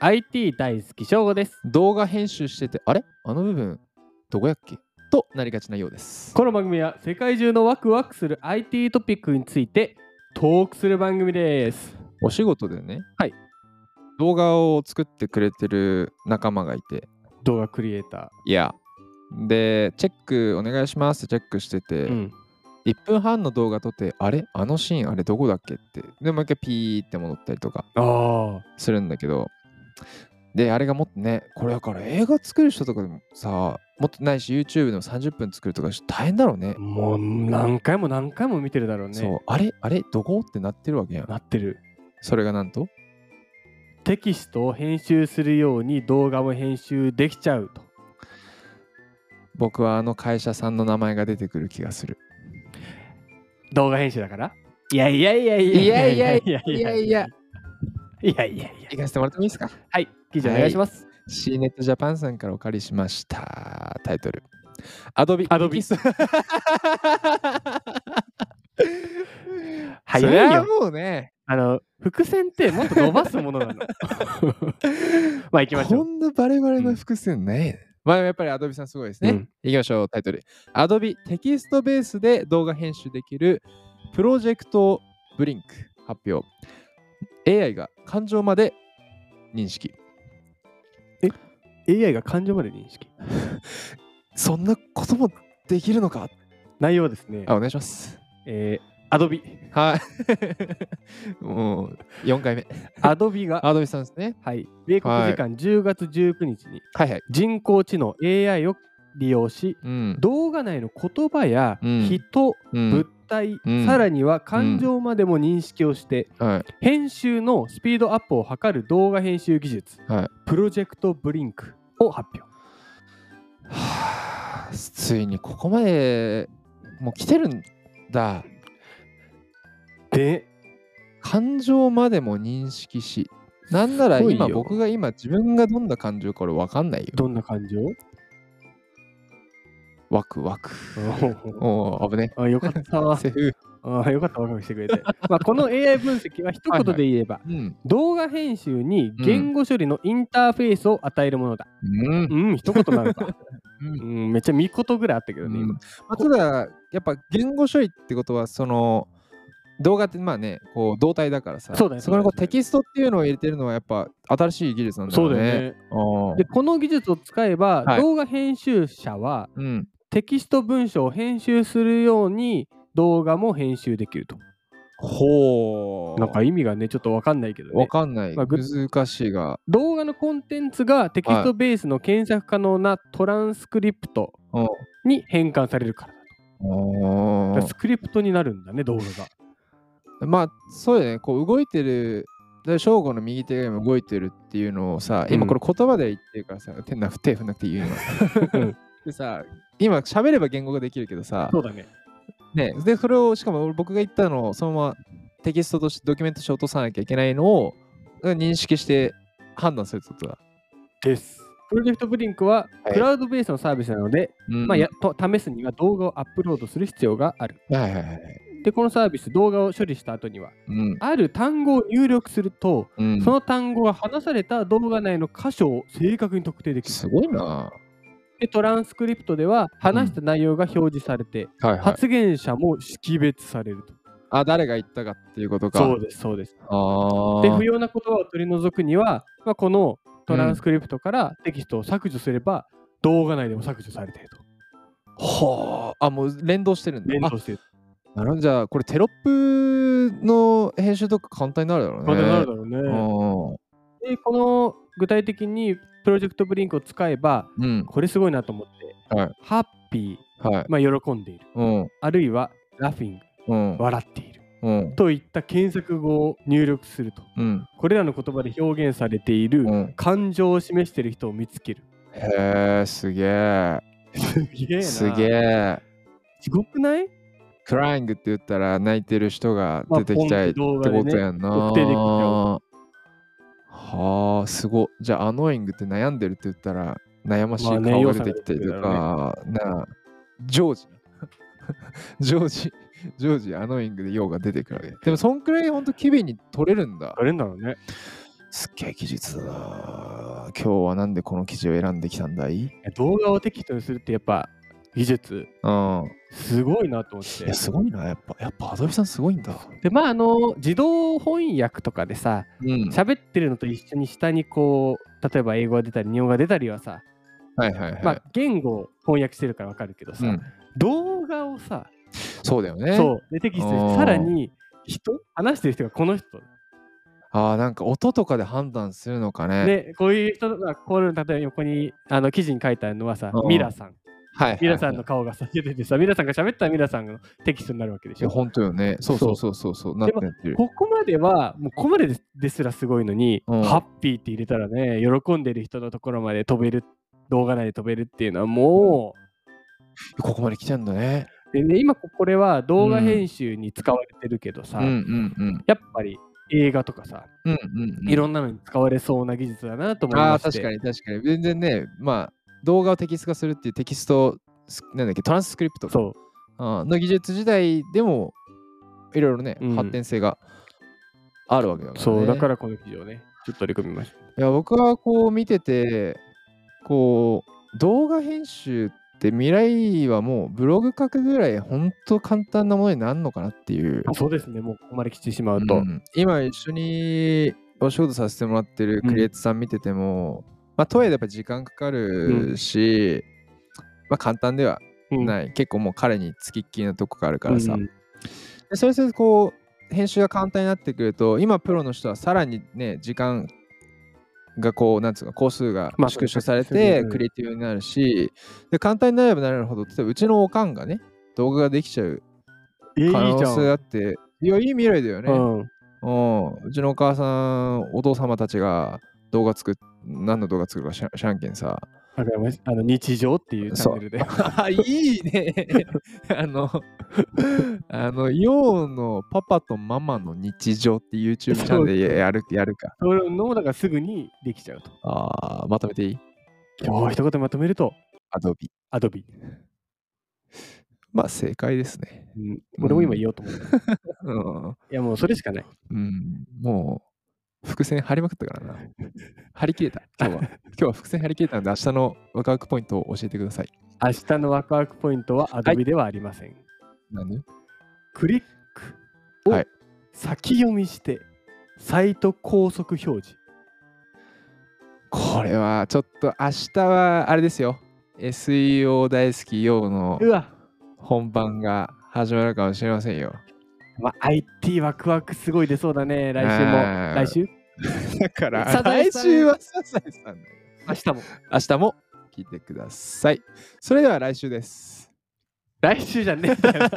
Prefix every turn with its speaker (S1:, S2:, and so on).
S1: IT 大好き翔吾です
S2: 動画編集しててあれあの部分どこやっけとなりがちなようです
S1: この番組は世界中のワクワクする IT トピックについてトークする番組です
S2: お仕事でね、
S1: はい、
S2: 動画を作ってくれてる仲間がいて
S1: 動画クリエイタ
S2: いやでチェックお願いしますってチェックしてて、
S1: ー、ん、
S2: 1分半の動画撮ってあれあのシーンあれどこだっけってでもう一回ピーって戻ったりとか
S1: あ
S2: するんだけどであれがもっとねこれだから映画作る人とかでもさもっとないし YouTube でも30分作るとか大変だろうね
S1: あもう何回も何回も見てるだろうね
S2: そうあれあれどこってなってるわけやん
S1: なってる
S2: それがなんと
S1: テキストを編集するように動画も編集できちゃうと
S2: 僕はあの会社さんの名前が出てくる気がする
S1: 動画編集だからいやいやいやいやいやいやいやいやいやいやいや
S2: 行かせてもらってもいいですか
S1: はい記事お願いします、
S2: C ネットジャパンさんからお借りしましたタイトルアドビ
S1: Adobe
S2: それ
S1: 早い
S2: は
S1: よ
S2: もうね
S1: あの伏線ってもっと伸ばすもの なのまあ行きましょ
S2: こ
S1: うん
S2: なバレバレな伏線ない、まあやっぱり Adobe さんすごいですね。
S1: うん
S2: いきましょう、タイトル。Adobe テキストベースで動画編集できるプロジェクトブリンク発表。AI が感情まで認識。
S1: AI が感情まで認識
S2: そんなこともできるのか
S1: 内容はですね
S2: あ、お願いします。
S1: えー、Adobe
S2: はい。もう4回目。
S1: Adobe が
S2: Adobe さんですね。
S1: はい米国時間10月19日に
S2: はいはい。
S1: 人工知能 AI を利用し
S2: うん。
S1: 動画内の言葉や
S2: うん
S1: 人、
S2: うん
S1: 物体、
S2: うん
S1: さらには感情までも認識をして、
S2: はい、
S1: 編集のスピードアップを図る動画編集技術、
S2: はい
S1: プロジェクトブリンクを発表
S2: はあついにここまでもう来てるんだ。
S1: で
S2: 感情までも認識しなんなら
S1: すごいよ
S2: 今僕が今自分がどんな感情か俺分かんないよ
S1: どんな感情
S2: ワクワク
S1: お
S2: おお危ね
S1: あよ かったあ
S2: セーフ
S1: ーよかった若くしてくれ て、まあ、この AI 分析は一言で言えば、
S2: うん
S1: 動画編集に言語処理のインターフェースを与えるものだ
S2: うん
S1: うん、一言なの か、
S2: う
S1: うんん、めっちゃ見事ぐらいあったけどね、
S2: ま
S1: 今
S2: あただやっぱ言語処理ってことはその動画ってまあねこう動体だからさ
S1: そうだね
S2: こにこう
S1: そうだね
S2: テキストっていうのを入れてるのはやっぱ新しい技術なんだ
S1: そ
S2: よ
S1: う
S2: ね
S1: だよね
S2: よ
S1: でこの技術を使えば、
S2: はい
S1: 動画編集者は
S2: うん
S1: テキスト文章を編集するように動画も編集できると
S2: ほう
S1: なんか意味がねちょっとわかんないけど
S2: わ
S1: ね
S2: かんない、
S1: まあぐ
S2: 難しいが
S1: 動画のコンテンツがテキストベースの検索可能なトランスクリプト
S2: うん
S1: に変換されるからだ
S2: お
S1: だからスクリプトになるんだね動画が
S2: まあそうだよねこう動いてるで正吾の右手が今動いてるっていうのをさ、
S1: う
S2: 今
S1: ん
S2: これ言葉で言ってるからさ手な手振んなくていい よ
S1: う
S2: 今
S1: ん。
S2: でさ今喋れば言語ができるけどさ、
S1: そうだね
S2: ね、でそれをしかも俺僕が言ったのをそのままテキストとしてドキュメントとして落とさなきゃいけないのを認識して判断するってことだ。
S1: ですプロジェクトブリンクは
S2: はい
S1: クラウドベースのサービスなので、
S2: うん
S1: まあ、やと試すには動画をアップロードする必要がある
S2: はいはいはい。
S1: でこのサービス動画を処理した後には
S2: うん
S1: ある単語を入力すると
S2: うん、
S1: その単語が話された動画内の箇所を正確に特定できる
S2: すごいな。
S1: でトランスクリプトでは話した内容が表示されて、
S2: はいはい、
S1: 発言者も識別されると。
S2: あ誰が言ったかっていうことか。
S1: そうです、そうです。
S2: ああ。
S1: で、不要な言葉を取り除くには、まあ、このトランスクリプトからテキストを削除すれば、動画内でも削除されていると。
S2: はあ、あもう連動してるんだ。
S1: 連
S2: あ
S1: 動している。
S2: なるほどじゃあこれテロップの編集とか簡単になるだろうね。
S1: まあでもなるだろうね。で、この具体的にプロジェクトブリンクを使えば、
S2: うん。うん。
S1: これすごいなと思って、
S2: はい
S1: ハッピ
S2: はい
S1: ー、。まあ、喜んでいる。
S2: うん。
S1: あるいは、ラフィング、
S2: うん。
S1: 笑っている。
S2: うん。
S1: といった検索語を入力すると。
S2: うん。
S1: これらの言葉で表現されている
S2: うん
S1: 感情を示している人を見つける。
S2: へえ、すげえ。
S1: すげえな。
S2: すげえ。
S1: すごくない
S2: クライングって言ったら泣いてる人が出てきたいって
S1: まあ
S2: こ
S1: ポンって動画でね
S2: とやんな。
S1: 特定できちゃ
S2: はあ、すごい。じゃあ、アノイングって悩んでるって言ったら、悩ましい
S1: まあね
S2: 顔が出てきたりとか、
S1: 良
S2: なあ、ジョージ。 ジョージ、ジョージ、アノイングで用が出てくるわけ。でも、そんくらい本当機微に取れるんだ。
S1: あれんだろうね。
S2: すっげえ技術だな今日はなんでこの記事を選んできたんだい
S1: 動画をテキストにするってやっぱ技術
S2: うん。
S1: すごいなと思っ
S2: い
S1: て
S2: や、。すごいな。やっぱ、やっぱ、アドビさんすごいんだ。
S1: でまああの自動翻訳とかでさ
S2: うん
S1: 喋ってるのと一緒に下にこう例えば英語が出たり日本語が出たりはさ、
S2: はいはいはい。
S1: まあ、言語を翻訳してるからわかるけどさ、
S2: うん、
S1: 動画をさ
S2: そうだよね。
S1: そうでテキストにして
S2: あー
S1: さらに人話してる人がこの人
S2: ああ、なんか音とかで判断するのかね。
S1: でこういう人がこういう例えば横にあの記事に書いてあるのはさ
S2: うん
S1: ミラさん
S2: はいはいはい。
S1: ミラさんの顔がさ出ててさミラさんが喋ったらミラさんのテキストになるわけで
S2: い
S1: し
S2: や、
S1: ょ
S2: 本当よね。そうそうそうそうそう。なってなってる。
S1: ここまではもうここまでですですらすごいのに、
S2: うん
S1: ハッピーって入れたらね喜んでる人のところまで飛べる動画内で飛べるっていうのはも
S2: ここまで来てんだね。
S1: うで、ね、今ここれは動画編集に使われてるけどさ、
S2: うんうんうん。
S1: やっぱり映画とかさ
S2: うんうんうん。
S1: いろんなのに使われそうな技術だなと思い
S2: あ
S1: ま
S2: あ、
S1: して
S2: 確かに確かに。全然ね、まあ、動画をテキスト化するっていうテキスト、すなんだっけ、トランスクリプトか
S1: そう
S2: うんの技術時代でも、いろいろね、
S1: うん
S2: 発展性があるわけだから、ね。
S1: そうだからこの記事をねちょっと取り組みまし
S2: いや僕はこう見ててこう動画編集って未来はもうブログ書くぐらい本当簡単なものになるのかなっていう
S1: たそうですねもうここまで来てしまうと、
S2: うん今一緒にお仕事させてもらってるクリエイターさん見てても、まあとはいえやっぱ時間かかるし、まあ簡単では
S1: うん
S2: ない、結構もう彼につきっきりなとこがあるからさ、
S1: うん
S2: でそれそれこう編集が簡単になってくると今プロの人はさらにね時間がこうなんつうか工数が
S1: まあ
S2: 縮小され
S1: そうですね
S2: て
S1: うん
S2: クリエイティブになるしで簡単になればなるほど例えばうちのおかんがね動画ができちゃう
S1: えいい
S2: 可
S1: じゃ
S2: 能
S1: ん
S2: 性があっていやいい未来だよね、
S1: うん
S2: うんうちのお母さんお父様たちが動画作っ何の動画作るか知ら知らんけんさ
S1: わかりましたあの日常っていうチャンネルで
S2: あいいね あのあの陽のパパとママの日常って YouTube チャンネルやるやるか
S1: それのだからすぐにできちゃうと
S2: あーまとめていい
S1: 今日一言でまとめると
S2: Adobe
S1: Adobe、
S2: まあ正解ですね
S1: うん、俺も今言おうと思った、い
S2: うん、
S1: やもうそれしかない
S2: うん、もう伏線張りまくったからな張り切れ た今日は今日は伏線張り切れたので明日のワクワクポイントを教えてください
S1: 明日のワクワクポイントは Adobe ではありません、
S2: なんで
S1: クリック
S2: は
S1: を
S2: い
S1: 先読みしてサイト高速表示
S2: これはちょっと明日はあれですよ SEO 大好き陽の
S1: うわ
S2: 本番が始まるかもしれませんよ。
S1: まあ、IT ワクワクすごい出そうだね来週も
S2: あー
S1: 来週
S2: だから
S1: サザエ
S2: 来
S1: さん
S2: 週はサザエさんだよ。
S1: 明日 も
S2: 明日も聞いてください。それでは来週です。
S1: 来週じゃねえんだよ